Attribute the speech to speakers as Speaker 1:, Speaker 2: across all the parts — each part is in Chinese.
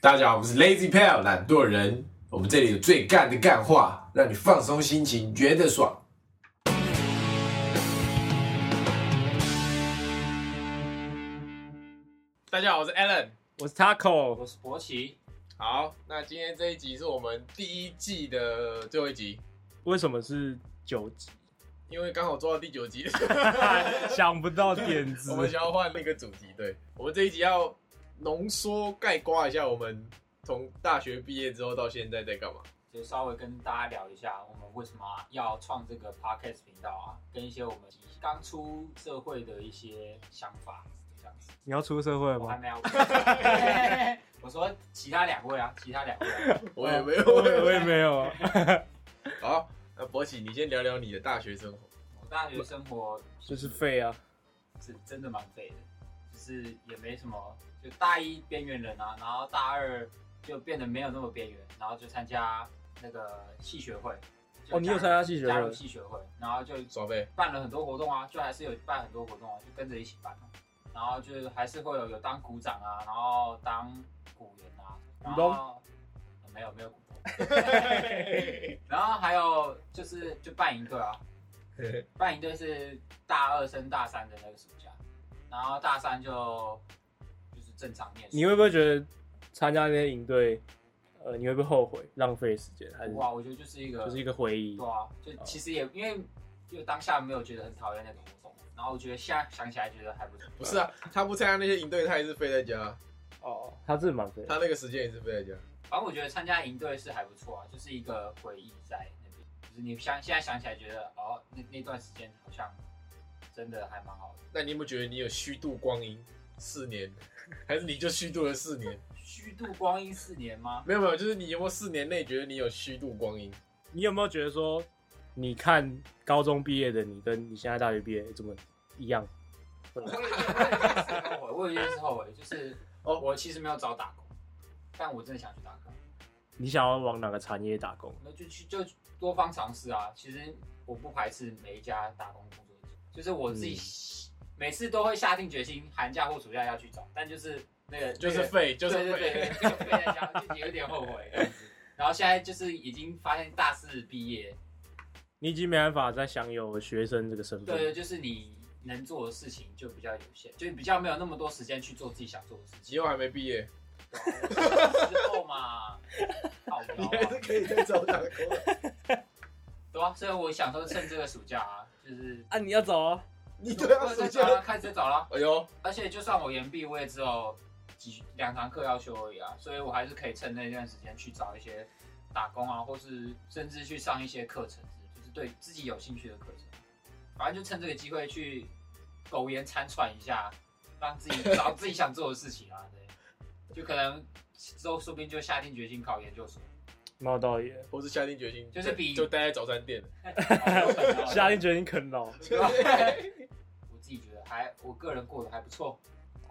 Speaker 1: 大家好，我们是 Lazy Pal 懒惰人，我们这里有最干的干话，让你放松心情，觉得爽。大家好，我是 Alan。
Speaker 2: 我是 Taco，
Speaker 3: 我是博奇，
Speaker 1: 好，那今天这一集是我们第一季的最后一集，
Speaker 2: 为什么是九集？
Speaker 1: 因为刚好做到第九 集，
Speaker 2: 想不到点子
Speaker 1: 我。们想要换那个主题。对，我们这一集要浓缩概括一下我们从大学毕业之后到现在在干嘛。
Speaker 3: 就稍微跟大家聊一下，我们为什么要创这个 podcast 频道啊，跟一些我们刚出社会的一些想法，这样子。
Speaker 2: 你要出社会
Speaker 3: 我还
Speaker 2: 吗？
Speaker 3: 没有，我说其他两位啊，其他两位啊、
Speaker 1: 哦我也没有，
Speaker 2: 我也我也没有。啊
Speaker 1: 好，那博奇，你先聊聊你的大学生活。
Speaker 3: 我大学生活
Speaker 2: 就是废啊，
Speaker 3: 是真的蛮废的，就是也没什么，就大一边缘人啊，然后大二就变得没有那么边缘，然后就参加那个戏学会。就
Speaker 2: 哦你有
Speaker 3: 加入
Speaker 2: 参加戏学会
Speaker 3: 加入戏学会，然后就
Speaker 1: 耍呗，
Speaker 3: 办了很多活动啊，就还是有办很多活动啊，就跟着一起办、啊，然后就还是会有有当鼓掌啊，然后当鼓员啊，然后、
Speaker 2: 鼓
Speaker 3: 呃没有没有鼓，然后还有就是就办营队啊，办营队是大二升大三的那个暑假，然后大三就就是正常念书。
Speaker 2: 你会不会觉得参加那些营队，呃，你会不会后悔浪费时间，还是
Speaker 3: 哇，我觉得就是一个
Speaker 2: 就是一个哦回忆
Speaker 3: 对？啊，就其实也因为就当下没有觉得很讨厌那个活动，然后我觉得现在想起来觉得还不错。
Speaker 1: 不是啊，他不参加那些营队，他也是飞在家，
Speaker 2: 哦，他真的蛮废的。
Speaker 1: 他那个时间也是飞在家。
Speaker 3: 反正我觉得参加营队是还不错啊，就是一个回忆在那边，就是你想现在想起来觉得哦，那那段时间好像真的还蛮好的，
Speaker 1: 那你有没有觉得你有虚度光阴四年，还是你就虚度了四年？
Speaker 3: 虚度光阴四 年吗？
Speaker 1: 没有没有，就是你有没有四年内觉得你有虚度光阴？
Speaker 2: 你有没有觉得说，你看高中毕业的你跟你现在大学毕业怎么一样？
Speaker 3: 我有一件我有一件事后悔，我有一件事后悔，就是
Speaker 1: 哦
Speaker 3: 我其实没有找打工，但我真的想去打工，
Speaker 2: 你想要往哪个产业打工？
Speaker 3: 那就去就多方尝试啊。其实我不排斥每一家打工工作者，就是我自己、
Speaker 1: 嗯
Speaker 3: 每次都会下定决心，寒假或暑假要去找，但就是那个
Speaker 1: 就
Speaker 3: 那
Speaker 1: 是
Speaker 3: 个
Speaker 1: 废，就是
Speaker 3: 对对对
Speaker 1: 废。
Speaker 3: 对，这个被人家就有点后悔。然后现在就是已经发现大四毕业，
Speaker 2: 你已经没办法再享有学生这个身份。
Speaker 3: 对，就是你能做的事情就比较有限，就比较没有那么多时间去做自己想做的事
Speaker 1: 你
Speaker 3: 情。啊
Speaker 1: 又还没毕业，
Speaker 3: 之后嘛，好
Speaker 1: 你还是
Speaker 3: 聊啊
Speaker 1: 可以再找打工啊的。
Speaker 3: 对啊，所以我想说趁这个暑假啊，就是
Speaker 2: 啊，你要走啊？
Speaker 1: 你对啊，
Speaker 3: 我
Speaker 1: 暑
Speaker 3: 在找了，
Speaker 1: 假。
Speaker 3: 开始找了，
Speaker 1: 哎呦，
Speaker 3: 而且就算我延毕，我也只有几两堂课要修而已啊，所以我还是可以趁那段时间去找一些打工啊，或是甚至去上一些课程，就是对自己有兴趣的课程。反正就趁这个机会去苟延残喘一下，让自己找自己想做的事情啊。对，就可能之后说不定就下定决心考研究所，
Speaker 2: 猫道爷，
Speaker 1: 我是下定决心，
Speaker 3: 就是比
Speaker 1: 就待在早餐店。
Speaker 2: 下定决心啃老。
Speaker 3: 我自己觉得还我个人过得还不错，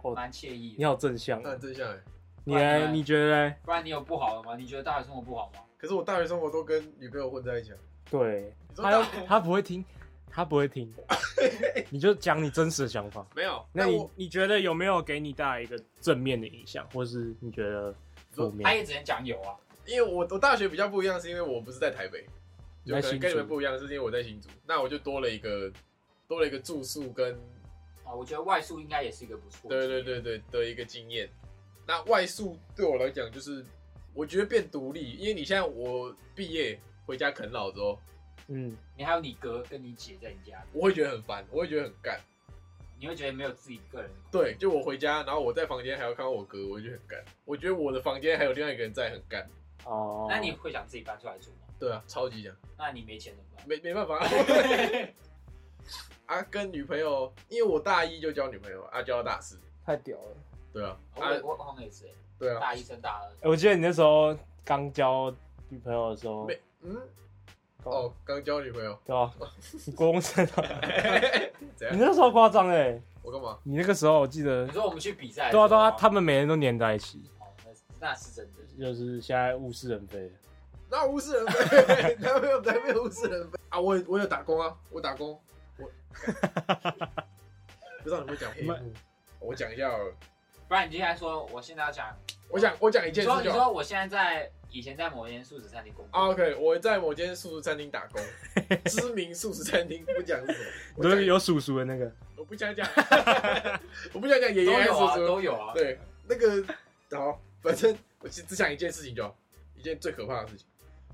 Speaker 2: 哦
Speaker 3: 蛮惬意
Speaker 2: 你
Speaker 3: 的。
Speaker 2: 好正向哦，
Speaker 1: 那真相哎，
Speaker 2: 你呢？你觉得呢？
Speaker 3: 不然你有不好的吗？你觉得大学生活不好吗？
Speaker 1: 可是我大学生活都跟女朋友混在一起啊。
Speaker 2: 对，
Speaker 1: 你说
Speaker 2: 他
Speaker 1: 大
Speaker 2: 又他不会听，他不会听，你就讲你真实的想法。
Speaker 1: 没有？
Speaker 2: 那
Speaker 1: 但
Speaker 2: 你
Speaker 1: 我
Speaker 2: 你觉得有没有给你带来一个正面的影响，或是你觉得负
Speaker 3: 他
Speaker 2: 面？
Speaker 3: 也只能讲有啊。
Speaker 1: 因为我我大学比较不一样，是因为我不是在台北，
Speaker 2: 你
Speaker 1: 就
Speaker 2: 在
Speaker 1: 可能
Speaker 2: 新
Speaker 1: 跟你们
Speaker 2: 竹
Speaker 1: 不一样，是因为我在新竹，那我就多了一个多了一个住宿跟
Speaker 3: 啊，我觉得外宿应该也是一个不错。
Speaker 1: 对对，对对的一个经验。那外宿对我来讲，就是我觉得变独立，因为你现在我毕业回家啃老之后，
Speaker 2: 嗯，
Speaker 3: 你还有你哥跟你姐在你家，
Speaker 1: 我会觉得很烦，我会觉得很干。
Speaker 3: 你会觉得没有自己个人的空间
Speaker 1: 对，就我回家，然后我在房间还要看到我哥，我就很干。我觉得我的房间还有另外一个人在，很干。
Speaker 2: 哦，
Speaker 3: 那你会想自己搬出来住吗？
Speaker 1: 对啊，超级想，
Speaker 3: 那你没钱怎么办？
Speaker 1: 没没办 法啊。跟女朋友，因为我大一就交女朋友，啊，交到大四，
Speaker 2: 太屌了！
Speaker 1: 对啊，
Speaker 3: 我
Speaker 1: 啊，
Speaker 3: 哦我我好像也是欸，
Speaker 1: 对啊，
Speaker 3: 大一升大二，
Speaker 2: 哎我记得你那时候刚交女朋友的时候，
Speaker 1: 没，嗯，哦，刚交女朋 友，
Speaker 2: 对吧？你国中生啊，
Speaker 1: 怎
Speaker 2: 你
Speaker 1: 样？
Speaker 2: 那时候夸张哎，
Speaker 1: 我干嘛？
Speaker 2: 你那个时候我记得
Speaker 3: 你，说我们去比赛的时
Speaker 2: 对啊
Speaker 3: 候吗，
Speaker 2: 对啊，他们每人都黏在一起，
Speaker 3: 哦，那是那是真的，
Speaker 2: 就是现在物是人非。
Speaker 1: 那无视人飞，男朋友男朋友无视人飞啊！我我有打工啊，我打工，哎 我不知道你会讲黑幕，我讲一下好了。
Speaker 3: 不然你今天说我现在要讲，
Speaker 1: 我想我讲一
Speaker 3: 你
Speaker 1: 件事
Speaker 3: 说你
Speaker 1: 就好。
Speaker 3: 说我现在在以前在某间素食餐厅工作，
Speaker 1: 啊 OK，我在某间素食餐厅打 工，知名素食餐厅不讲是什么，
Speaker 2: 你
Speaker 1: 我
Speaker 2: 都
Speaker 1: 讲
Speaker 2: 是有叔叔的那个，
Speaker 1: 我不想讲，我不想讲爷
Speaker 3: 都
Speaker 1: 爷
Speaker 3: 有啊，
Speaker 1: 叔叔。
Speaker 3: 都有啊。
Speaker 1: 对，那个好，反正我只只想一件事情就好，一件最可怕的事情。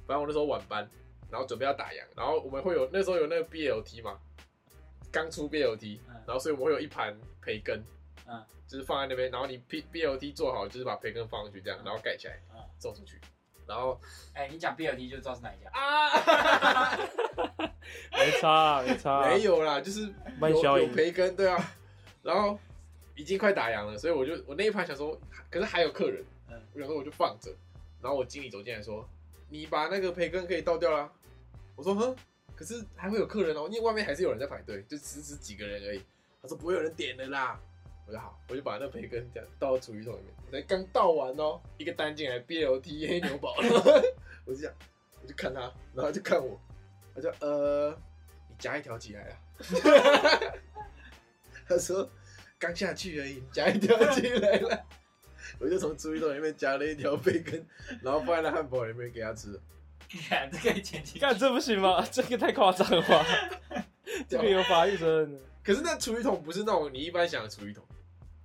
Speaker 1: 反正我那时候晚班，然后准备要打烊，然后我们会有那时候有那个 BLT 嘛，刚出 BLT，
Speaker 3: 嗯
Speaker 1: 然后所以我们会有一盘培根，
Speaker 3: 嗯，
Speaker 1: 就是放在那边，然后你 P BLT 做好，就是把培根放上去这样，然后盖起来
Speaker 3: 嗯，
Speaker 1: 送出去，然后
Speaker 3: 哎，你讲 BLT 就知道是哪一家。
Speaker 1: 啊，
Speaker 2: 没差啊没差啊，
Speaker 1: 没有啦，就是
Speaker 2: 慢
Speaker 1: 有
Speaker 2: 消
Speaker 1: 有
Speaker 2: 音
Speaker 1: 培根，对啊， 然后已经快打烊了，所以我就我那一盘想说，可是还有客人，
Speaker 3: 嗯
Speaker 1: 我想说我就放着，然后我经理走进来说，你把那个培根可以倒掉啦，我说哼，可是还会有客人哦，因为外面还是有人在排队，就只是几个人而已，他说不会有人点的啦。我就好，我就把那培根这样倒到厨余桶里面，我才刚倒完哦，一个单进来 BLT 黑牛堡， 我就想，我就看他，然后他就看我，他就呃，你夹一条起来啊，他说刚下去而已，你夹一条进来 了。我就从厨余桶里面夹了一条培根，然后放在汉堡里面给他吃。
Speaker 3: 看这个剪辑，
Speaker 2: 干这不行吗？ 这个太夸张了 吧，这个有法律责任的。
Speaker 1: 可是那厨余桶不是那种你一般想的厨余桶，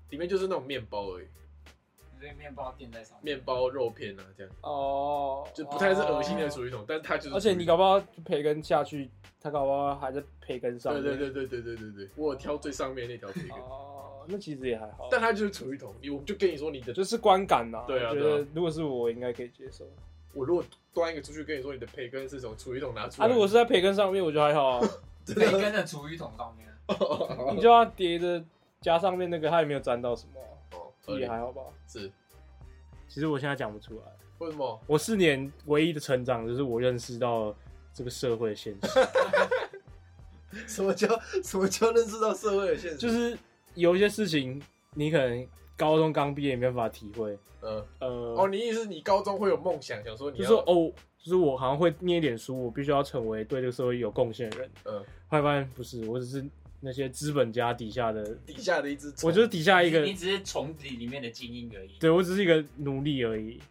Speaker 1: 里面就是那种面包而已，
Speaker 3: 你这个面包垫在上面。
Speaker 1: 面包肉片啊这样，
Speaker 2: 哦，
Speaker 1: 就不太是恶心的厨余桶，但是它就是。
Speaker 2: 而且你搞不好培根下去，他搞不好还在培根上
Speaker 1: 对
Speaker 2: 面。
Speaker 1: 对对对对对对对，我有挑最上面那条培根，
Speaker 2: 哦，那其实也还好，
Speaker 1: 但它就是厨余桶，你我就跟你说你的，
Speaker 2: 就是观感呐、
Speaker 1: 对啊
Speaker 2: 我觉
Speaker 1: 对
Speaker 2: 得如果是我，应该可以接受。
Speaker 1: 我如果端一个出去跟你说你的培根是从厨余桶拿出
Speaker 2: 啊，
Speaker 1: 来的，
Speaker 2: 如果是在培根上面，我觉得 还好、啊。
Speaker 3: 培根的厨余桶上面，
Speaker 2: 你就要叠着加上面那个，它也没有沾到什么啊、
Speaker 1: 哦，合
Speaker 2: 也
Speaker 1: 理
Speaker 2: 还好吧。
Speaker 1: 是
Speaker 2: 其实我现在讲不出来，
Speaker 1: 为什么？
Speaker 2: 我四年唯一的成长就是我认识到了这个社会的现 实，
Speaker 1: 什么叫什么叫认识到社会的现实？
Speaker 2: 就是有一些事情你可能高中刚毕业没办法体会，
Speaker 1: 呃，
Speaker 2: 呃，
Speaker 1: 哦，你意思是你高中会有梦想，想说你
Speaker 2: 就
Speaker 1: 要
Speaker 2: 是哦，就是我好像会念一点书，我必须要成为对这个社会有贡献的人。
Speaker 1: 呃
Speaker 2: 后来发现不是，我只是那些资本家底 下的，
Speaker 1: 底下的一只虫，
Speaker 2: 我就是底下一个
Speaker 3: 你，只是虫体里面的精英而已。
Speaker 2: 对我只是一个奴隶而已。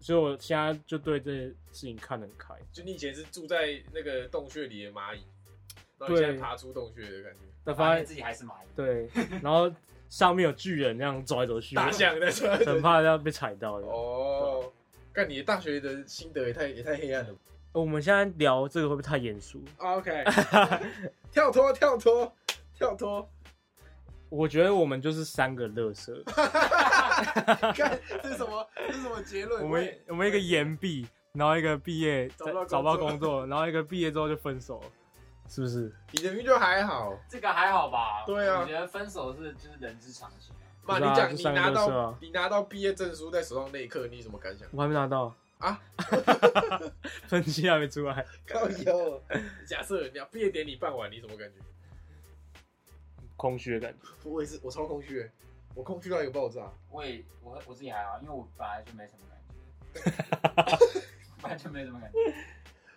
Speaker 2: 所以我现在就对这些事情看得很开。
Speaker 1: 就你以前是住在那个洞穴里的蚂蚁，然后你
Speaker 2: 对
Speaker 1: 现在爬出洞穴的感觉，
Speaker 2: 但
Speaker 3: 发
Speaker 2: 发
Speaker 3: 现
Speaker 2: 现
Speaker 3: 自己还是蚂蚁。
Speaker 2: 对，然后上面有巨人那样走来走去，
Speaker 1: 大象在这。
Speaker 2: 很怕要被踩到 的。
Speaker 1: 哦，看你的大学的心得也太也太黑暗 了。啊
Speaker 2: 我们现在聊这个会不会太严肃？
Speaker 1: OK，跳脱跳脱跳脱，
Speaker 2: 我觉得我们就是三个乐色，
Speaker 1: 看这是什么这是什么结论？
Speaker 2: 我们我们一个岩壁，然后一个毕业
Speaker 1: 找不到工作
Speaker 2: 找不到工作，然后一个毕业之后就分手了，是不是？
Speaker 1: 你的名就还好。
Speaker 3: 这个还好吧？
Speaker 1: 对啊
Speaker 3: 我觉得分手是就是人之常情啊。
Speaker 1: 妈，
Speaker 2: 不是啊
Speaker 1: 你讲
Speaker 2: 就
Speaker 1: 你
Speaker 2: 上个
Speaker 1: 拿
Speaker 2: 乐色
Speaker 1: 到
Speaker 2: 啊
Speaker 1: 你拿到毕业证书在手上那一刻，你什么感想？
Speaker 2: 我还没拿 到
Speaker 1: 啊，
Speaker 2: 分析还没出来，
Speaker 1: 高腰。啊假设你要毕业典礼办完，你什么感觉？
Speaker 2: 空虚的感觉。
Speaker 1: 我也是，我超空虚欸，我空虚到一个爆炸。
Speaker 3: 我也我我自己还好，因为我本来就没什么感觉， 本来就没什么感觉。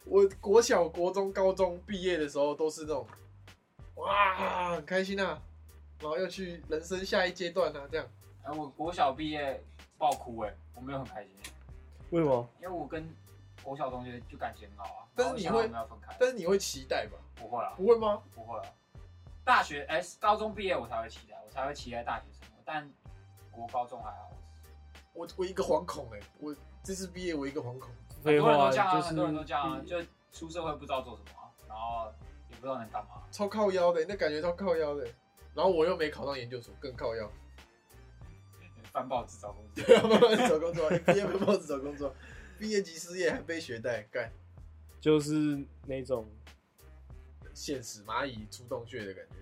Speaker 1: 我国小、国中、高中毕业的时候都是那种，哇，很开心啊，然后要去人生下一阶段啊，这样。
Speaker 3: 哎，我国小毕业爆哭哎、我没有很开心，
Speaker 2: 为什么？
Speaker 3: 因为我跟国小同学就感情很好啊。
Speaker 1: 但是你
Speaker 3: 然后
Speaker 1: 会
Speaker 3: 我想好我们要分开？
Speaker 1: 但是你会期待吧？
Speaker 3: 不会啊，
Speaker 1: 不会吗？
Speaker 3: 不会啊。大学哎、高中毕业我才会期待，我才会期待大学生活，但国高中还好。
Speaker 1: 我我一个惶恐哎、我这次毕业我一个惶恐，
Speaker 3: 很
Speaker 2: 废
Speaker 3: 多人
Speaker 2: 话
Speaker 3: 都这样啊，
Speaker 2: 就
Speaker 3: 很多人都这样啊，
Speaker 2: 是
Speaker 3: 就出社会不知道做什么啊、然后也不知道能干嘛。
Speaker 1: 超靠腰的欸、那感觉超靠腰的欸、然后我又没考上研究所，更靠腰。
Speaker 3: 翻报纸找工作，
Speaker 1: 对啊，慢慢找工作，毕业不报纸找工作，毕业即失业还背学贷，干
Speaker 2: 就是那种，
Speaker 1: 现实蚂蚁出洞穴的感觉，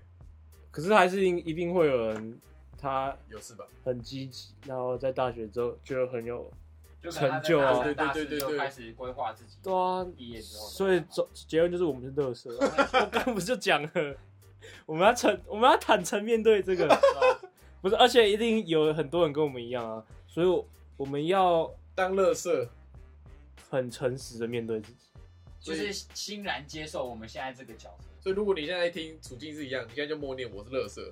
Speaker 2: 可是还是一一定会有人他
Speaker 1: 有事吧？
Speaker 2: 很积极，然后在大学之后就很有，
Speaker 3: 就可能他
Speaker 2: 成
Speaker 3: 在
Speaker 2: 就啊
Speaker 3: 大三大
Speaker 1: 对
Speaker 3: 四
Speaker 1: 对对对
Speaker 3: 就
Speaker 1: 对
Speaker 3: 开始规划自己
Speaker 2: 对啊，
Speaker 3: 毕业之后的，
Speaker 2: 所以总结论就是我们是乐色。 我刚不就讲了，我们要诚，我们要坦诚面对这个， 不是，而且一定有很多人跟我们一样啊，所以我我们要
Speaker 1: 当乐色，
Speaker 2: 很诚实的面对自己。
Speaker 3: 就是欣然接受我们现在这个角色。
Speaker 1: 所以如果你现在听处境是一样，你现在就默念我是乐色，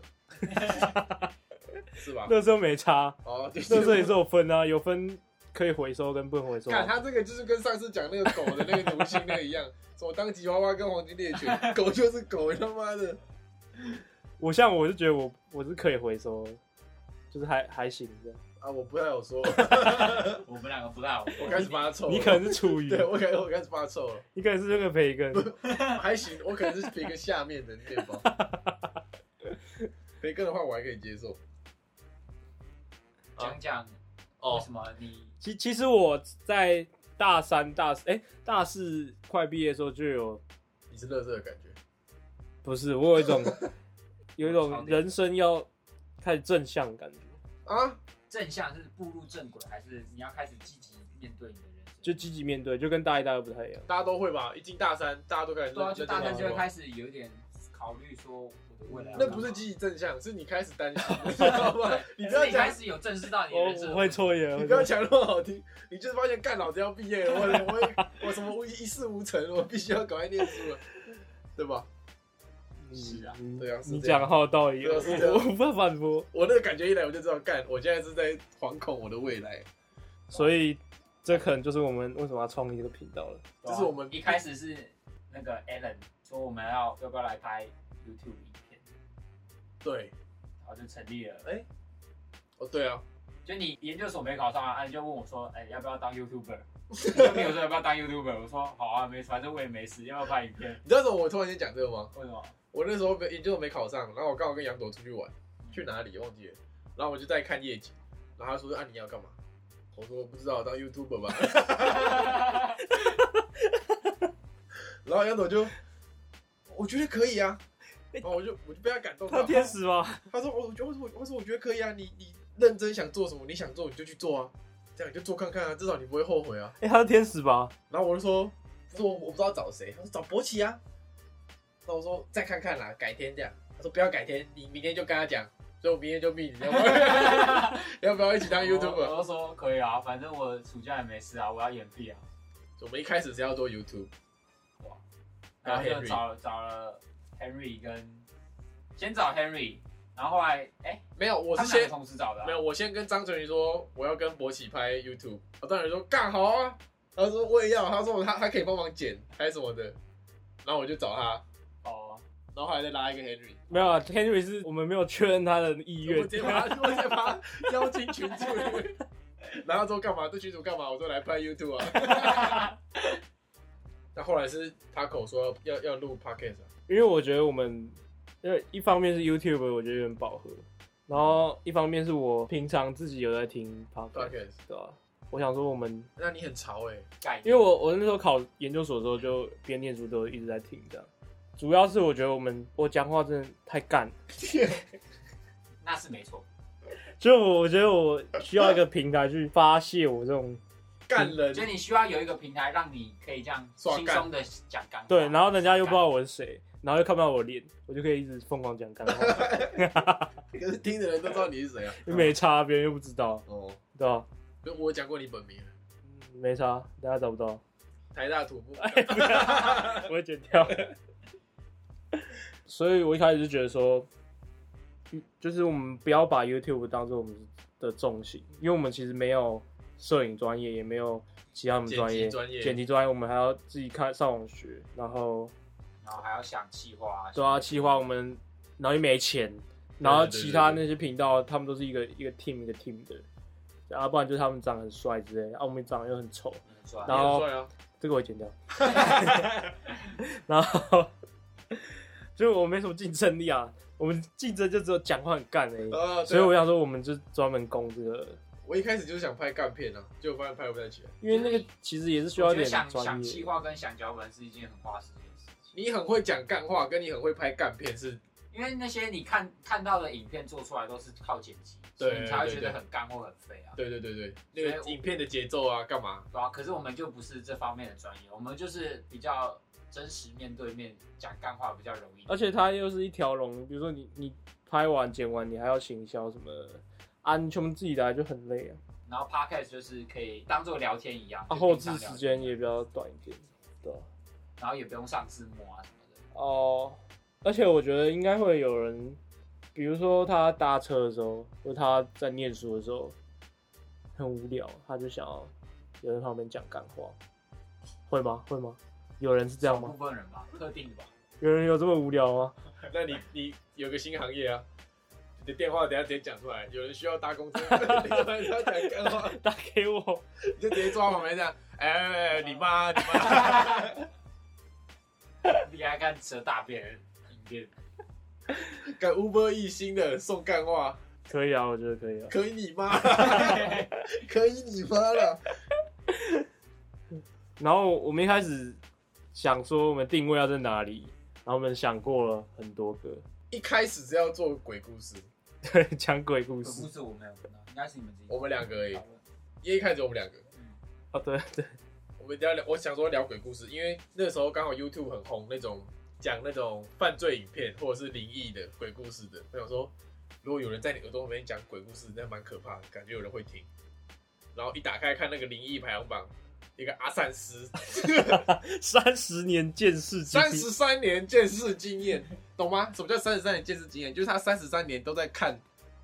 Speaker 1: 是吧？
Speaker 2: 那时候没差，
Speaker 1: 哦，对
Speaker 2: 那时候也是有分啊，有分可以回收跟不能回收。啊
Speaker 1: 看他这个就是跟上次讲那个狗的那个奴性那个一样，什么当吉娃娃跟黄金猎犬，狗就是狗，他妈的，
Speaker 2: 我像我是觉得我我是可以回收的，就是还还行的。
Speaker 1: 啊，我不太好说，
Speaker 3: 我们两个不太好说。
Speaker 1: 我开始帮他臭了，
Speaker 2: 你可能是厨 余，
Speaker 1: 对我开我开始帮他臭了，
Speaker 2: 你可能是这个培 根，
Speaker 1: 还行，我可能是培根下面的面 包，培根的话我还可以接受，
Speaker 3: 讲讲为
Speaker 1: 哦
Speaker 3: 什么你
Speaker 2: 其其实我在大三、大四，哎、大四快毕业的时候就有，
Speaker 1: 你是乐色的感觉，
Speaker 2: 不是我有一种有一种人生要开始正向的感觉，
Speaker 1: 啊，
Speaker 3: 正向是步入正轨，还是你要开始积极面对你的人生？
Speaker 2: 就积极面对，就跟大一、大二不太一样。
Speaker 1: 大家都会吧？一进大三，大家都开始
Speaker 3: 对啊，
Speaker 1: 认
Speaker 3: 就
Speaker 1: 真
Speaker 3: 大
Speaker 1: 地
Speaker 3: 三就会
Speaker 1: 玩
Speaker 3: 开始有点考虑说我的未来要
Speaker 1: 那
Speaker 3: 干嘛。
Speaker 1: 不是积极正向，是你开始担心，你知道 吗？你不
Speaker 3: 只是
Speaker 1: 要
Speaker 3: 你
Speaker 1: 讲
Speaker 3: 开，始有正视到你的
Speaker 2: 我
Speaker 3: 人生的
Speaker 2: 哦我会抽烟，
Speaker 1: 你
Speaker 2: 会
Speaker 1: 不要
Speaker 2: 抽
Speaker 1: 讲那么好听，你就是发现干老子要毕业了，我我我什么一事无成，我必须要赶快念书了，对吧？
Speaker 2: 嗯
Speaker 3: 是啊
Speaker 2: 嗯
Speaker 1: 对啊是
Speaker 2: 你
Speaker 1: 这样
Speaker 2: 讲好有道理，
Speaker 1: 对
Speaker 2: 我
Speaker 1: 啊是这样
Speaker 2: 我我无法反驳。
Speaker 1: 我那个感觉一来我就知道，干，我现在是在惶恐我的未来。
Speaker 2: 所以这可能就是我们为什么要创立这个频道了。
Speaker 3: 对啊
Speaker 1: 就是我们
Speaker 3: 一开始是那个 Alan 说我们要要不要来拍 YouTube 影片，
Speaker 1: 对，
Speaker 3: 然后就成立了。
Speaker 1: 哎哦对啊，就
Speaker 3: 就你研究所没考上啊，啊你就问我说，哎、要不要当 YouTuber？你就没有说要不要当 YouTuber？我说好啊，没反正我也没事，要不要拍影片？
Speaker 1: 你知道为什么我突然间讲这个吗？
Speaker 3: 为什么？
Speaker 1: 我那时候没研究所没考上，然后我刚好跟杨朵出去玩，去哪里忘记了，然后我就在看夜景，然后他说啊你要干嘛？我说不知道，当 YouTuber 吧。然后杨朵就，我觉得可以 啊，然后我就我就被他感动
Speaker 2: 他
Speaker 1: 到。
Speaker 2: 天使吗？
Speaker 1: 他说我我觉得我我说我觉得可以啊，你你认真想做什么，你想做你就去做啊，这样你就做看看啊，至少你不会后悔啊。
Speaker 2: 哎、他是天使吧？
Speaker 1: 然后我就说，他说我我不知道找谁，他说找博奇啊。然后我说再看看啦，改天这样。他说不要改天，你明天就跟他讲，所以我明天就命你，要不要 要不要一起当
Speaker 3: 我
Speaker 1: YouTuber？
Speaker 3: 我就说可以啊，反正我暑假也没事啊，我要演毕啊。
Speaker 1: 我们一开始是要做 YouTube，
Speaker 3: 哇，
Speaker 1: 然
Speaker 3: 然
Speaker 1: 后
Speaker 3: 后就
Speaker 1: Henry
Speaker 3: 找了找了 Henry 跟先找 Henry，然后后来哎、
Speaker 1: 没有，我
Speaker 3: 他
Speaker 1: 是
Speaker 3: 们两个
Speaker 1: 先
Speaker 3: 同时找的、啊，
Speaker 1: 没有，我先跟张成宇说我要跟博奇拍 YouTube，我张成宇说干好啊，他说我也要，他说他他可以帮忙剪还是什么的，然后我就找他，
Speaker 3: 哦，
Speaker 1: 然后后来再拉一个 Henry，
Speaker 2: 没有啊，Henry 是我们没有确认他的意
Speaker 1: 我
Speaker 2: 愿
Speaker 1: 直。接把他，我直接把他邀进群组 里，然后他说干嘛？这群主干嘛？我说来拍 YouTube 啊。那后来是 Taco 说要要要录 Podcast，、啊、
Speaker 2: 因为我觉得我们，呃，一方面是 YouTube，我觉得有点饱和，然后一方面是我平常自己有在听 podcast，
Speaker 1: Podcast，
Speaker 2: 对吧、我想说我们，
Speaker 1: 那你很潮哎、
Speaker 3: 改
Speaker 2: 因为我我那时候考研究所的时候，就边念书都一直在听这样。主要是我觉得我们我讲话真的太干，
Speaker 3: 那是没错，
Speaker 2: 就我我觉得我需要一个平台去发泄我这种
Speaker 1: 干人
Speaker 2: 嗯
Speaker 3: 就你需要有一个平台让你可以这样
Speaker 1: 耍
Speaker 3: 轻
Speaker 1: 干
Speaker 3: 松的讲干话，
Speaker 2: 对，然后人家又不知道我是谁，然后又看不到我的脸，我就可以一直疯狂讲干话，
Speaker 1: 可是听的人都知道你是谁啊？
Speaker 2: 又没差，别人又不知道，
Speaker 1: 哦，
Speaker 2: 对吧、
Speaker 1: 就我有讲过你本名，
Speaker 2: 嗯没差，大家找不到。
Speaker 1: 台大土木。
Speaker 2: 我会剪掉。 所以我一开始就觉得说，嗯就是我们不要把 YouTube 当做我们的重心，因为我们其实没有摄影专业，也没有其他什么专业，
Speaker 1: 剪辑专业
Speaker 2: 剪辑专业我们还要自己看上网学，然后
Speaker 3: 然后还要想气话、啊，
Speaker 2: 对啊，企划我们，然后又没钱，然后
Speaker 1: 对对对
Speaker 2: 其他那些频道他们都是一个一个 team 一个 team 的，啊，不然就是他们长得很帅之类的，啊，我们长得又很丑，
Speaker 3: 嗯是吧
Speaker 2: 然后
Speaker 1: 你很帅啊，
Speaker 2: 这个我会剪掉。然后，所以我没什么竞争力啊，我们竞争就只有讲话很干而已。
Speaker 1: 啊，
Speaker 2: 所以
Speaker 1: 我
Speaker 2: 我想说，我们就专门攻这个，
Speaker 1: 我一开始就是想拍干片啊，结果发现拍不太起来。
Speaker 2: 因为那个其实也是需要
Speaker 3: 我
Speaker 2: 一
Speaker 3: 觉得
Speaker 2: 点
Speaker 3: 想
Speaker 2: 专业
Speaker 3: 想气。话跟想脚本是一件很花时间的事情，
Speaker 1: 你很会讲干话，跟你很会拍干片是
Speaker 3: 因为那些你看看到的影片做出来都是靠剪辑，
Speaker 1: 对
Speaker 3: 所以你才会
Speaker 1: 对
Speaker 3: 觉得
Speaker 1: 对
Speaker 3: 很干或很废啊。
Speaker 1: 对对对对，那个
Speaker 3: 所以我
Speaker 1: 影片的节奏啊，干嘛？
Speaker 3: 对啊，可是我们就不是这方面的专业，我们就是比较真实面对面讲干话比较容易。
Speaker 2: 而且它又是一条龙，比如说你你拍完剪完，你还要行销什么的，啊，你全部自己来就很累啊。
Speaker 3: 然后 podcast 就是可以当做聊天一样，
Speaker 2: 啊，
Speaker 3: 就
Speaker 2: 后
Speaker 3: 平
Speaker 2: 置
Speaker 3: 常聊
Speaker 2: 时
Speaker 3: 天
Speaker 2: 间也比较短一点，对啊
Speaker 3: 然后也不用上字幕啊什么的。
Speaker 2: 哦、而且我觉得应该会有人比如说他搭车的时候，或者他在念书的时候，很无聊，他就想要有人在旁边讲干话，会吗？会吗？有人是这样
Speaker 3: 部
Speaker 2: 吗？
Speaker 3: 分人吧，特定的吧。
Speaker 2: 有人有这么无聊吗？
Speaker 1: 那你你有个新行业啊，你的电话等一下直接讲出来，有人需要搭公 车，你就把他讲干话，
Speaker 2: 打给我，
Speaker 1: 你就直接抓旁边这样，哎、哎哎你妈你妈，
Speaker 3: 你给他看扯大便影片，
Speaker 1: 敢 Uber 一新的送干话，
Speaker 2: 可以啊，我觉得可以啊。
Speaker 1: 可以你 妈啦，可以你妈了，
Speaker 2: 然后我们一开始想说我们定位要在哪里，然后我们想过了很多个，
Speaker 1: 一开始是要做鬼故事，
Speaker 2: 对，讲鬼故
Speaker 3: 鬼
Speaker 2: 事
Speaker 3: 故事我没有看到，应该是你们自己
Speaker 1: 我们两个而已
Speaker 3: 讨，论。
Speaker 1: 一开始我们两个。
Speaker 3: 嗯，
Speaker 2: 啊，对对，
Speaker 1: 我们聊聊，我想说聊鬼故事，因为那时候刚好 YouTube 很红那种讲那种犯罪影片或者是灵异的鬼故事的。我想说，如果有人在你耳朵旁边讲鬼故事，那蛮可怕的，感觉有人会听。然后一打开看那个灵异排行榜，一个阿善斯，
Speaker 2: 三十年见识，
Speaker 1: 三十三年见识经验，懂吗？什么叫三十三年见识经验？就是他三十三年都在看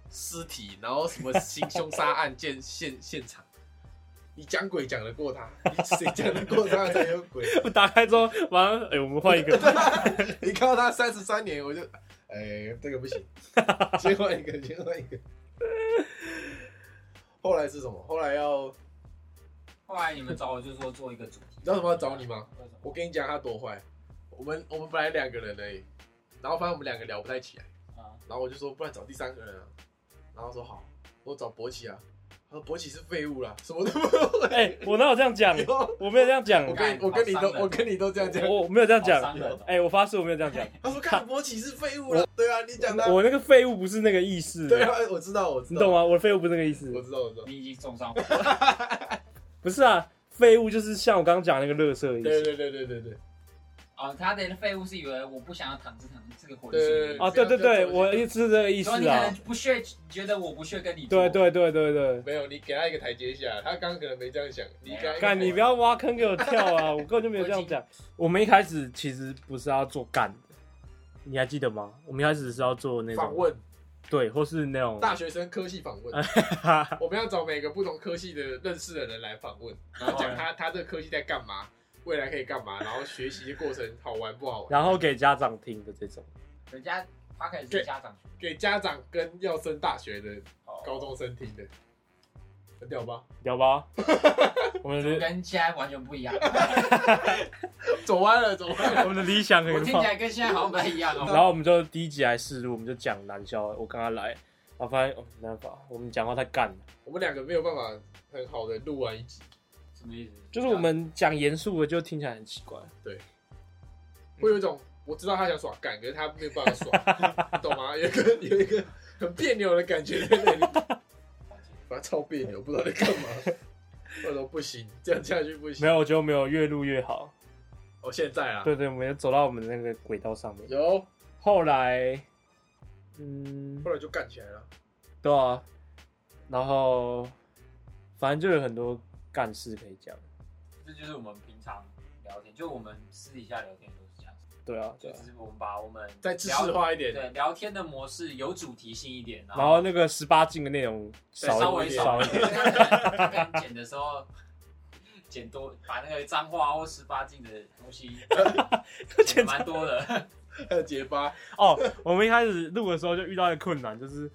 Speaker 1: 尸体，然后什么行凶杀案见现现场。你讲鬼讲得过他，你谁讲得过他才有鬼？
Speaker 2: 我打开之后，马上，哎、我们换 一个，
Speaker 1: 你看到他三十三年，我就，哎，这个不行，先换一个，先换一个。后来是什么？后来要，
Speaker 3: 后来你们找我就说做一个主题，
Speaker 1: 你知道为什么要找你吗？
Speaker 3: 为什么？
Speaker 1: 我跟你讲他多坏。我们我们本来两个人而已，然后发现我们两个聊不太起来，
Speaker 3: 啊，
Speaker 1: 然后我就说不然找第三个人啊，然后说好，我找博奇啊，他说博奇是废物啦，什么都不 会。
Speaker 2: 哎、我哪有这样讲？我没有这样讲，
Speaker 1: 我跟我跟你都我跟你都这样讲，
Speaker 2: 我我没有这样
Speaker 3: 好
Speaker 2: 讲
Speaker 3: 伤，人哦
Speaker 2: 哎、我发誓我没有这样讲，
Speaker 1: 他说看博奇是废物了，对啊，你讲的啊，
Speaker 2: 我那个废物不是那个意思，
Speaker 1: 对啊，我知道我知
Speaker 2: 你
Speaker 1: 道，
Speaker 2: 懂？吗？我的废物不是那个意
Speaker 1: 我
Speaker 2: 思，
Speaker 1: 知道我知道，
Speaker 3: 你已经重伤我，
Speaker 2: 不是啊，废物就是像我刚刚讲那个乐色意
Speaker 1: 对
Speaker 2: 思。
Speaker 1: 对对对对对。
Speaker 3: 哦，他的废物是以为我不想要躺着躺着这个混
Speaker 1: 对
Speaker 3: 水，
Speaker 2: 啊，对对对，我一直是这个意
Speaker 3: 你
Speaker 2: 思
Speaker 3: 说你可能
Speaker 2: 啊，
Speaker 3: 不屑，你觉得我不屑跟你做
Speaker 2: 对，对对对对，
Speaker 1: 没有，你给他一个台阶下，他刚刚可能没这样想，你给他一个台
Speaker 2: 哦干你不要挖坑给我跳 啊，我根本就没有这样讲。我们一开始其实不是要做干的，你还记得吗？我们一开始是要做那
Speaker 1: 访
Speaker 2: 种
Speaker 1: 问
Speaker 2: 对，或是那种
Speaker 1: 大学生科系 访问，我们要找每个不同科系的认识的人来访问，
Speaker 2: 哦
Speaker 1: 然后讲他他这个科系在干嘛，未来可以干嘛，然后学习的过程好玩不 好玩，
Speaker 2: 然后给家长听的这种。
Speaker 3: 人家他可以是家长群，
Speaker 1: 给家长跟要升大学的
Speaker 3: 哦
Speaker 1: 高中生听的，很屌 吧？
Speaker 2: 聊 吧，我们的
Speaker 3: 跟现在完全不一样。
Speaker 1: 走歪了，走歪了。
Speaker 2: 我们的理想很
Speaker 3: 我听
Speaker 2: 棒
Speaker 3: 起。来跟现在好像不太一样
Speaker 2: 然
Speaker 3: 哦。
Speaker 2: 后我们就第一集来试录，我们就讲男校，我刚刚来，然后发现哦没办法，我们讲话太干了，
Speaker 1: 我们两个没有办法很好的录完一集，
Speaker 3: 什么意思？
Speaker 2: 就是我们讲严肃的就听起来很奇怪。嗯
Speaker 1: 会有一种我知道他想耍干，可是他没有办法耍，你懂吗？有一个有一个很别扭的感觉在那里。把他超别扭，不知道在干嘛。我说不行，这样下去不行。
Speaker 2: 没有，我觉得没有越录越好。
Speaker 1: 哦，现在啊，
Speaker 2: 对对，我们就走到我们那个轨道上面。
Speaker 1: 有，
Speaker 2: 后来，嗯，
Speaker 1: 后来就干起来了。
Speaker 2: 对啊，然后反正就有很多干事可以讲。
Speaker 3: 这就是我们平常聊天，就我们私底下聊天都是这样子，
Speaker 2: 对啊，对
Speaker 3: 就
Speaker 2: 啊。
Speaker 3: 只是我们把我们
Speaker 1: 再知识化一点，
Speaker 3: 对聊天的模式有主题性一点，
Speaker 2: 然后那个十八禁的内容
Speaker 3: 对稍
Speaker 2: 少
Speaker 3: 微
Speaker 2: 一
Speaker 1: 点
Speaker 2: 少一
Speaker 3: 一点，他可能剪的时候剪多，把那个脏话或十八禁的 东西剪得蛮多的。
Speaker 1: 还有结巴，
Speaker 2: 哦，我们一开始录的时候就遇到一个困难，就是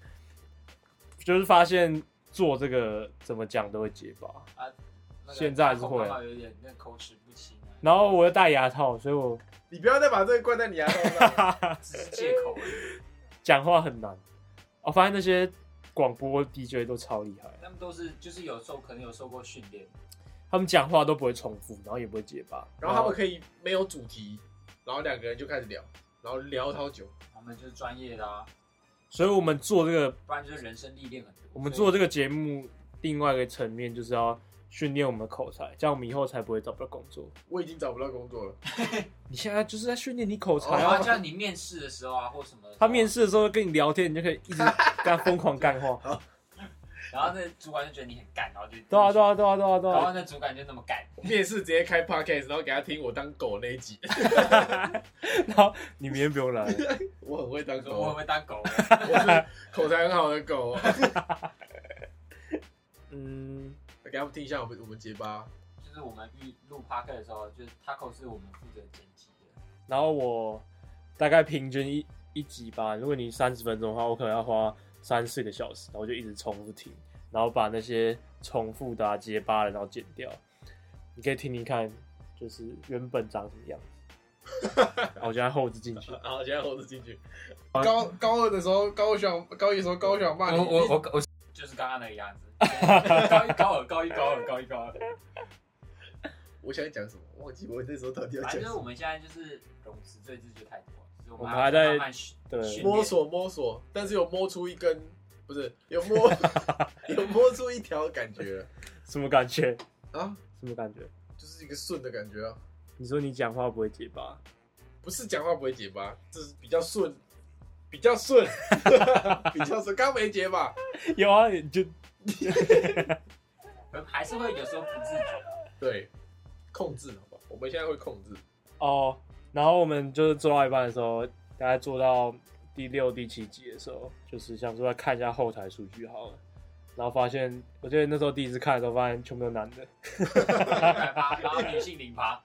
Speaker 2: 就是发现做这个怎么讲都会结巴，
Speaker 3: 那个
Speaker 2: 现在还是会啊
Speaker 3: 刚好有点那口齿不清啊，
Speaker 2: 然后我又戴牙套，所以我
Speaker 1: 你不要再把这个怪在你牙头上 了。
Speaker 3: 只是借口而已。
Speaker 2: 讲话很难。我、发现那些广播 DJ 都超厉害，
Speaker 3: 他们都是就是有受可能有受过训练，
Speaker 2: 他们讲话都不会重复，然后也不会结巴，
Speaker 1: 然后他们可以没有主题，然后两个人就开始聊，然后聊好久。
Speaker 3: 他们就是专业的啊，
Speaker 2: 所以我们做这个，
Speaker 3: 不然就是人生历练很多。
Speaker 2: 我们
Speaker 3: 所以
Speaker 2: 做这个节目，另外一个层面就是要训练我们的口才，这样我们以后才不会找不到工作。
Speaker 1: 我已经找不到工作了，
Speaker 2: 你现在就是在训练你口才
Speaker 1: 个
Speaker 3: 然
Speaker 2: 啊
Speaker 3: 后！像你面试的时候啊，或什么的时候啊，
Speaker 2: 他面试的时候跟你聊天，你就可以一直跟他疯狂干话。
Speaker 3: 然后那主管就觉得你很干，然后就
Speaker 2: 对啊对啊对啊对啊对
Speaker 3: 然后
Speaker 2: 啊，
Speaker 3: 那主管就那么干，
Speaker 1: 面试直接开 podcast，然后给他听我当狗那一集，
Speaker 2: 然后你明天不用来，
Speaker 1: 我很会当
Speaker 3: 我说我会
Speaker 1: 狗啊
Speaker 3: 不，会当狗？
Speaker 1: 我是口才很好的狗。啊
Speaker 2: 嗯，
Speaker 1: 给他们听一下我们我们结巴，
Speaker 3: 就是我们预录 p a r k 的时候，就是 Taco 是我们负责剪辑的，
Speaker 2: 然后我大概平均一一集吧，如果你三十分钟的话，我可能要花三四个小时，然后就一直重复听，然后把那些重复的、啊、结巴的然后剪掉，你可以听听看，就是原本长什么样子， 然后我就在后置进去，
Speaker 1: 然后现在猴子进去。
Speaker 2: 好
Speaker 1: 高高二的时候，高想高一的时候，高想骂你，
Speaker 3: 我我就是刚刚那个样 子，高一高二高一高二高一高二，
Speaker 1: 我想讲什么？忘记我那时候到底要
Speaker 3: 反
Speaker 1: 讲什
Speaker 3: 正就是我
Speaker 1: 么。
Speaker 3: 们现在就是融资这字就太多了，就是
Speaker 2: 我
Speaker 3: 我
Speaker 2: 们
Speaker 3: 们
Speaker 2: 还
Speaker 3: 还
Speaker 2: 在
Speaker 3: 慢慢训
Speaker 2: 对
Speaker 3: 训练
Speaker 1: 摸索摸索，但是有摸出一根，不是有 摸有摸出一条感觉
Speaker 2: 什么感觉？
Speaker 1: 啊，
Speaker 2: 什么感觉？
Speaker 1: 就是一个顺的感觉啊，
Speaker 2: 你说你讲话不会结 巴，
Speaker 1: 不是讲话不会结巴，就是比较顺，比较顺， 比较顺，刚没结巴，
Speaker 2: 有啊，你就
Speaker 3: 可还是会有时候不自觉。
Speaker 1: 对，控制好吧，我们现在会控制，
Speaker 2: 哦，然后我们就是做到一半的时候，大概做到第六、第七集的时候，就是想说要看一下后台数据好了，然后发现，我记得那时候第一次看的时候，发现全部都男的，
Speaker 3: 100趴，然后女性零趴，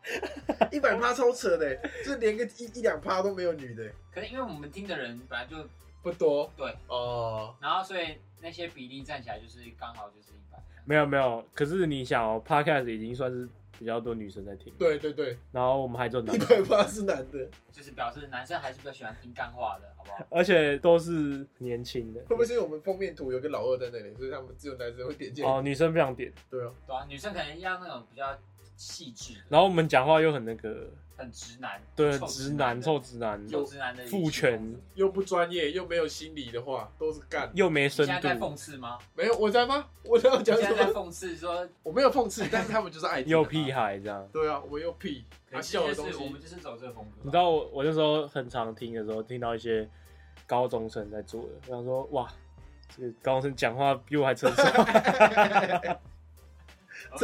Speaker 1: 一百趴超扯的，就是连个一一两趴都没有女的，
Speaker 3: 可能因为我们听的人本来就
Speaker 1: 不多
Speaker 3: 对，
Speaker 1: 哦。
Speaker 3: 然后所以那些比例站起来就是刚好就是一百。
Speaker 2: 没有没有，可是你想哦，Podcast 已经算是比较多女生在听，，
Speaker 1: 对对对，
Speaker 2: 然后我们还做男
Speaker 1: 一
Speaker 2: 的，
Speaker 1: 百趴是男的，
Speaker 3: 就是表示男生还是比较喜欢听干话的，好不好？
Speaker 2: 而且都是年轻的
Speaker 1: 会，不会是因为我们封面图有个老二在那里，所以他们只有男生会点进来？
Speaker 2: 哦，女生不想点，
Speaker 1: 对啊，
Speaker 3: 对啊，女生可能要那种比较细致的，
Speaker 2: 然后我们讲话又很那个，
Speaker 3: 很直男，
Speaker 2: 对，
Speaker 3: 臭
Speaker 2: 直男、
Speaker 3: 的
Speaker 2: 臭直男，
Speaker 3: 臭直男的语气
Speaker 2: 父权
Speaker 3: 风格
Speaker 1: 又不专业又没有心理的话，都是干。
Speaker 2: 又没
Speaker 3: 你
Speaker 2: 深
Speaker 3: 现在在
Speaker 2: 度
Speaker 3: 讽，刺吗？
Speaker 1: 没有我在 吗？我在
Speaker 3: 你
Speaker 1: 讲
Speaker 3: 现
Speaker 1: 什
Speaker 3: 在
Speaker 1: 么？
Speaker 3: 在讽刺说，
Speaker 1: 我没有讽刺，但是他们就是爱听
Speaker 2: 又屁
Speaker 1: 啊。
Speaker 2: 孩这样。
Speaker 1: 对啊，我又屁，他
Speaker 3: 可
Speaker 1: 笑
Speaker 3: 是
Speaker 1: 的
Speaker 3: 就
Speaker 1: 东
Speaker 3: 哎是我们
Speaker 1: 西。
Speaker 3: 就是走这个风格啊。
Speaker 2: 你知道我我那时候很常听的时候，听到一些高中生在做的，我想说哇，这个高中生讲话比我还成熟。
Speaker 3: 我跟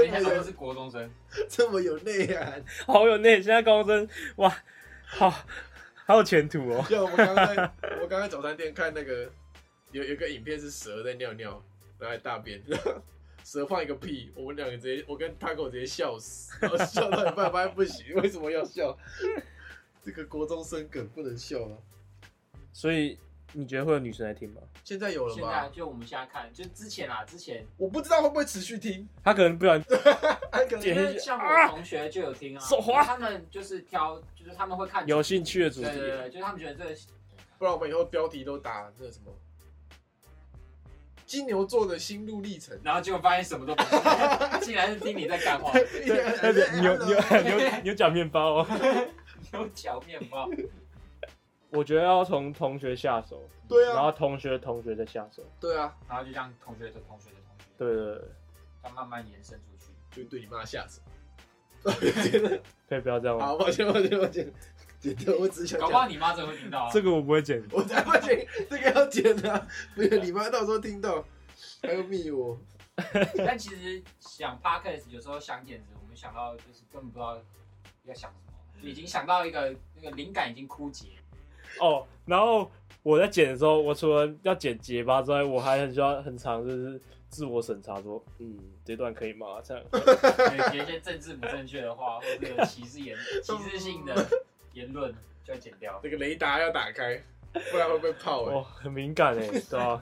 Speaker 3: 你讲，他们是国中生，
Speaker 1: 这么有内涵，
Speaker 2: 好有内，现在高中生哇，好好有前途哦。
Speaker 1: 像我们刚刚在，我刚刚在早餐店看那个有有个影片是蛇在尿尿，然后还大便， 蛇放一个屁，我们两个直接，我跟 Taco 直接笑死，然后笑到一半发现不行，为什么要笑？这个国中生梗不能笑啊！
Speaker 2: 所以你觉得会有女生来听吗？
Speaker 1: 现在有了
Speaker 3: 现在
Speaker 1: 吧？
Speaker 3: 就我们现在看，就之前啦，之前
Speaker 1: 我不知道会不会持续听，
Speaker 2: 她可能不然
Speaker 1: 哎，可能
Speaker 2: 点
Speaker 3: 因
Speaker 2: 进
Speaker 3: 为
Speaker 2: 去
Speaker 3: 像我同学就有听啊，
Speaker 2: 手滑
Speaker 3: 他们就是挑，就是他们会看
Speaker 2: 有兴趣的主
Speaker 3: 对对对，
Speaker 2: 题，
Speaker 3: 就是他们觉得这个
Speaker 1: 不然我们以后标题都打那什么金牛座的心路历程。
Speaker 3: 然后结果发现什么都不 是，竟然是听你在干话，
Speaker 1: 哎
Speaker 2: 那个牛牛 牛牛角面包哦。
Speaker 3: 牛角面包，
Speaker 2: 我觉得要从同学下手，
Speaker 1: 对
Speaker 2: 然后
Speaker 1: 啊，
Speaker 2: 同学的同学再下手。
Speaker 1: 对啊，
Speaker 3: 然后就这样同学的同学的同学，
Speaker 2: 对对对，
Speaker 3: 再慢慢延伸出去。
Speaker 1: 就对你妈下手。
Speaker 2: 可以不要这样吗？
Speaker 1: 好，抱歉，抱歉，抱歉，姐的，我只是想
Speaker 3: 哦搞不好
Speaker 1: 讲，
Speaker 3: 你妈真的会听到啊
Speaker 2: 这！个我不会剪。
Speaker 1: 我才发现这个要剪啊，没有你妈到时候听到还要密我。
Speaker 3: 但其实想 podcast 有时候想点子，我们想到就是根本不知道要想什么，就已经想到一个那个灵感已经枯竭。
Speaker 2: 哦，然后我在剪的时候，我除了要剪结巴之外，我还很需要很长，就是自我审查说，嗯，这段可以吗？这样，
Speaker 3: 有一些政治不正确的话，或者有歧视言、歧视性的言论就要剪掉。
Speaker 1: 那个雷达要打开，不然会被泡哎、
Speaker 2: 哦，很敏感哎，对啊，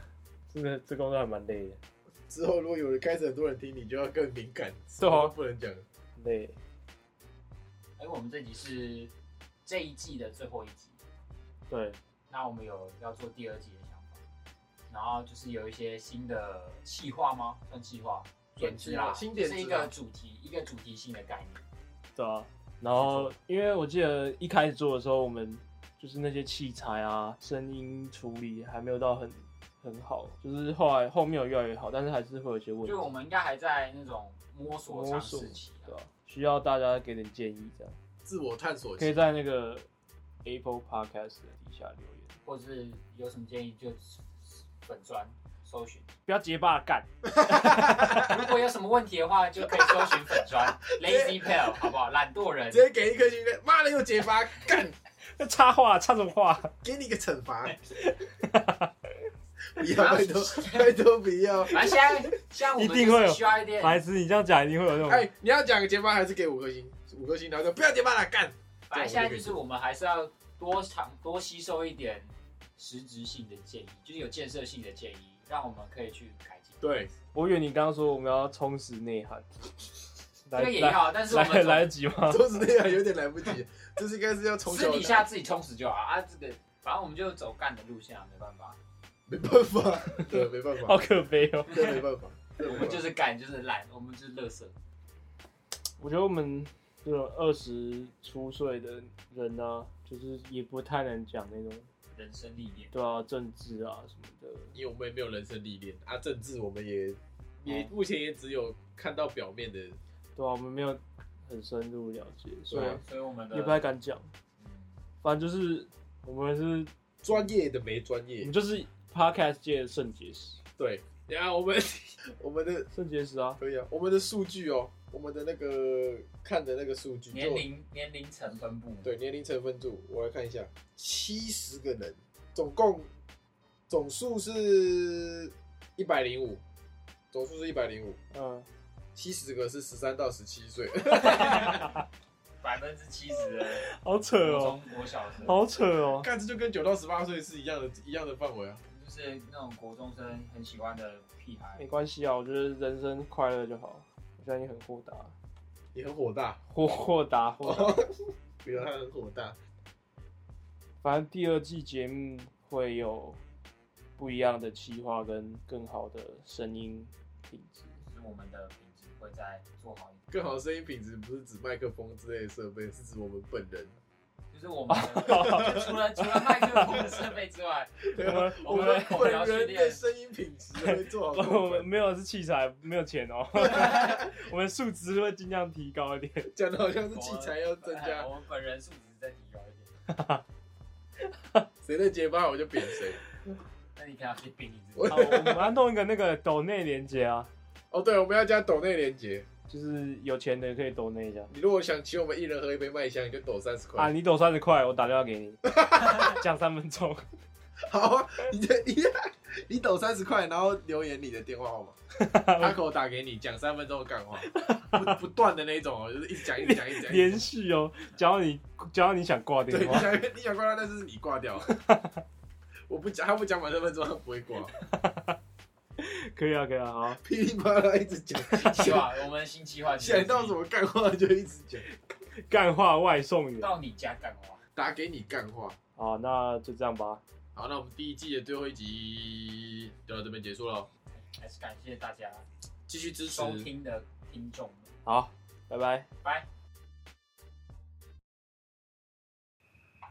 Speaker 2: 这个这工作还蛮累的，
Speaker 1: 之后如果有人开始很多人听，你就要更敏感，
Speaker 2: 对
Speaker 3: 哦
Speaker 2: 啊
Speaker 1: 不能讲。
Speaker 2: 很累。
Speaker 3: 哎，我们这集是这一季的最后一集，
Speaker 2: 对，
Speaker 3: 那我们有要做第二季的想法，然后就是有一些新的企划吗？算企划点子啦，
Speaker 1: 新点子啊
Speaker 3: 是一个主题，一个主题性的概念。
Speaker 2: 对啊。然后，因为我记得一开始做的时候，我们就是那些器材啊、声音处理还没有到很很好，就是后来后面有越来越好，但是还是会有一些问题
Speaker 3: 就，我们应该还在那种摸索尝
Speaker 2: 摸索
Speaker 3: 试期啊
Speaker 2: 对。吧、需要大家给点建议，这样
Speaker 1: 自我探索
Speaker 2: 可以
Speaker 1: 期，
Speaker 2: 在那个 Apple Podcast 的底下留言。
Speaker 3: 或是有什么建议就粉砖搜寻。
Speaker 2: 不要结巴干。
Speaker 3: 如果有什么问题的话，就可以搜寻粉 砖 Lazy Pal，好不好？懒惰人
Speaker 1: 直。接给一颗星，妈的又结巴，干，
Speaker 2: 那插话插什么话？
Speaker 1: 给你一个惩 罚。不要，拜
Speaker 3: 然后
Speaker 1: 托，拜托不要。
Speaker 3: 反正现在，现在我们
Speaker 2: 一定会有
Speaker 3: 就是需要一点
Speaker 2: 白痴，你这样讲一定会有那种。
Speaker 1: 哎，你要讲个结巴还是给五颗星？五颗星，然后说不要结巴了，干。
Speaker 3: 反正现在就是我们还是要多尝多吸收一点实质性的建议，就是有建设性的建议，让我们可以去改进。
Speaker 1: 对，
Speaker 2: 我以为你刚刚说我们要充实内涵，
Speaker 3: 这
Speaker 2: 来
Speaker 3: 个也
Speaker 2: 来
Speaker 3: 要，但是我
Speaker 2: 来
Speaker 3: 们
Speaker 2: 来得
Speaker 3: 从
Speaker 2: 及吗？
Speaker 1: 说实那样有点来不及，这是应该是要从
Speaker 3: 私
Speaker 1: 小
Speaker 3: 底下自己充实就好啊。这个反正我们就走干的路线啊，没办法，
Speaker 1: 没办法， 对，没办法
Speaker 2: 好，可悲哦。
Speaker 1: 真的没办法，真的
Speaker 3: 我
Speaker 1: 没
Speaker 3: 们
Speaker 1: 办法
Speaker 3: 就是干，就是懒，我们就是乐色。
Speaker 2: 我觉得我们这种二十出岁的人呢、就是也不太能讲那种
Speaker 3: 人生历练，
Speaker 2: 对啊政治啊什么的。
Speaker 1: 因为我们也没有人生历练啊，政治我们也也目前也只有看到表面的，
Speaker 2: 对啊，我们没有很深入了解，所以
Speaker 1: 对啊
Speaker 3: 所以我们的
Speaker 2: 也不太敢讲。
Speaker 3: 嗯
Speaker 2: 反正就是我们是，
Speaker 1: 专业的没专
Speaker 2: 我
Speaker 1: 业
Speaker 2: 们。就是 podcast 界的肾结石，
Speaker 1: 对，然后我们 我们的
Speaker 2: 肾结石啊，
Speaker 1: 可以啊，我们的数据哦，我们的那个看的那个数据，就
Speaker 3: 年龄年龄层分布，
Speaker 1: 对年龄层分组，我来看一下，七十个人，总共总数是一百零五，总数是一百零五，
Speaker 2: 嗯，
Speaker 1: 七十个是十三到十七 岁，
Speaker 3: 百分之七十的
Speaker 2: 好扯
Speaker 3: 国
Speaker 2: 哦，
Speaker 3: 中国小生，
Speaker 2: 好扯哦。
Speaker 1: 看这就跟九到十八岁是一样的，一样的范围啊。
Speaker 3: 就是那种国中生很喜欢的屁孩
Speaker 1: 哎
Speaker 2: 没。关系啊，我觉得人生快乐就好。我觉得你很豁达，
Speaker 1: 也很火大，
Speaker 2: 豁豁达豁达。
Speaker 1: 比
Speaker 3: 啊
Speaker 1: 如他很火大，
Speaker 2: 反正第二季节目会有不一样的企划跟更好的声音品 质。
Speaker 3: 就是我们的品质会再做好一点，
Speaker 1: 更好的声音品质不是指麦克风之类的设备，是指我们本人。
Speaker 3: 就是我们 的除了除了麦克风的设备之外，
Speaker 1: 对啊，
Speaker 3: 我
Speaker 1: 我
Speaker 3: 们
Speaker 1: 们
Speaker 3: 我们要训
Speaker 1: 本人
Speaker 3: 练
Speaker 1: 的声音品质会做好。
Speaker 2: 我们没有是器材，没有钱哦。 我们数值会尽量提高一点。
Speaker 1: 讲的好像是器材要增
Speaker 3: 哎
Speaker 1: 加，
Speaker 3: 我们本人素质再提高一点。
Speaker 1: 谁的结巴我就扁谁。
Speaker 3: 那你可能要去比你自
Speaker 1: 我
Speaker 3: 己，
Speaker 2: 好，我们要弄一个那个抖内连接啊，
Speaker 1: 哦，对，我们要加抖内连接。
Speaker 2: 就是有钱的可以抖内一下。
Speaker 1: 你如果想请我们一人喝一杯麦香，你就抖三十
Speaker 2: 啊，
Speaker 1: 块。
Speaker 2: 你抖三十块，我打电话 给你，讲三分钟。
Speaker 1: 好啊，你这你你抖三十块，然后留言你的电话号码， 他给我打给你，讲三分钟的干话，不不断的那种哦，就是一直讲一直讲一直讲。一直
Speaker 2: 连续哦，讲到你讲到你想挂
Speaker 1: 对，
Speaker 2: 电
Speaker 1: 你
Speaker 2: 话，
Speaker 1: 想你想挂他，但是你挂掉。我不讲，他不讲满三分钟，他不会挂，
Speaker 2: 可以啊，可以啊，好，
Speaker 1: 噼里啪啦一直讲，
Speaker 3: 计划，我们新计 划就是
Speaker 1: 想到什么干话就一直讲，
Speaker 2: 干话外送员。
Speaker 3: 到你家干话，
Speaker 1: 打给你干话。
Speaker 2: 好，那就这样吧，
Speaker 1: 好，那我们第一季的最后一集就到这边结束了，
Speaker 3: 还是感谢大家
Speaker 1: 继续支持。
Speaker 3: 收听的听众们，
Speaker 2: 好，拜拜。
Speaker 3: 拜。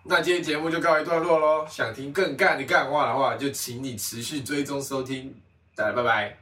Speaker 1: 那今天节目就告一段落喽，想听更干的干话的话，就请你持续追踪收听，再来，拜拜。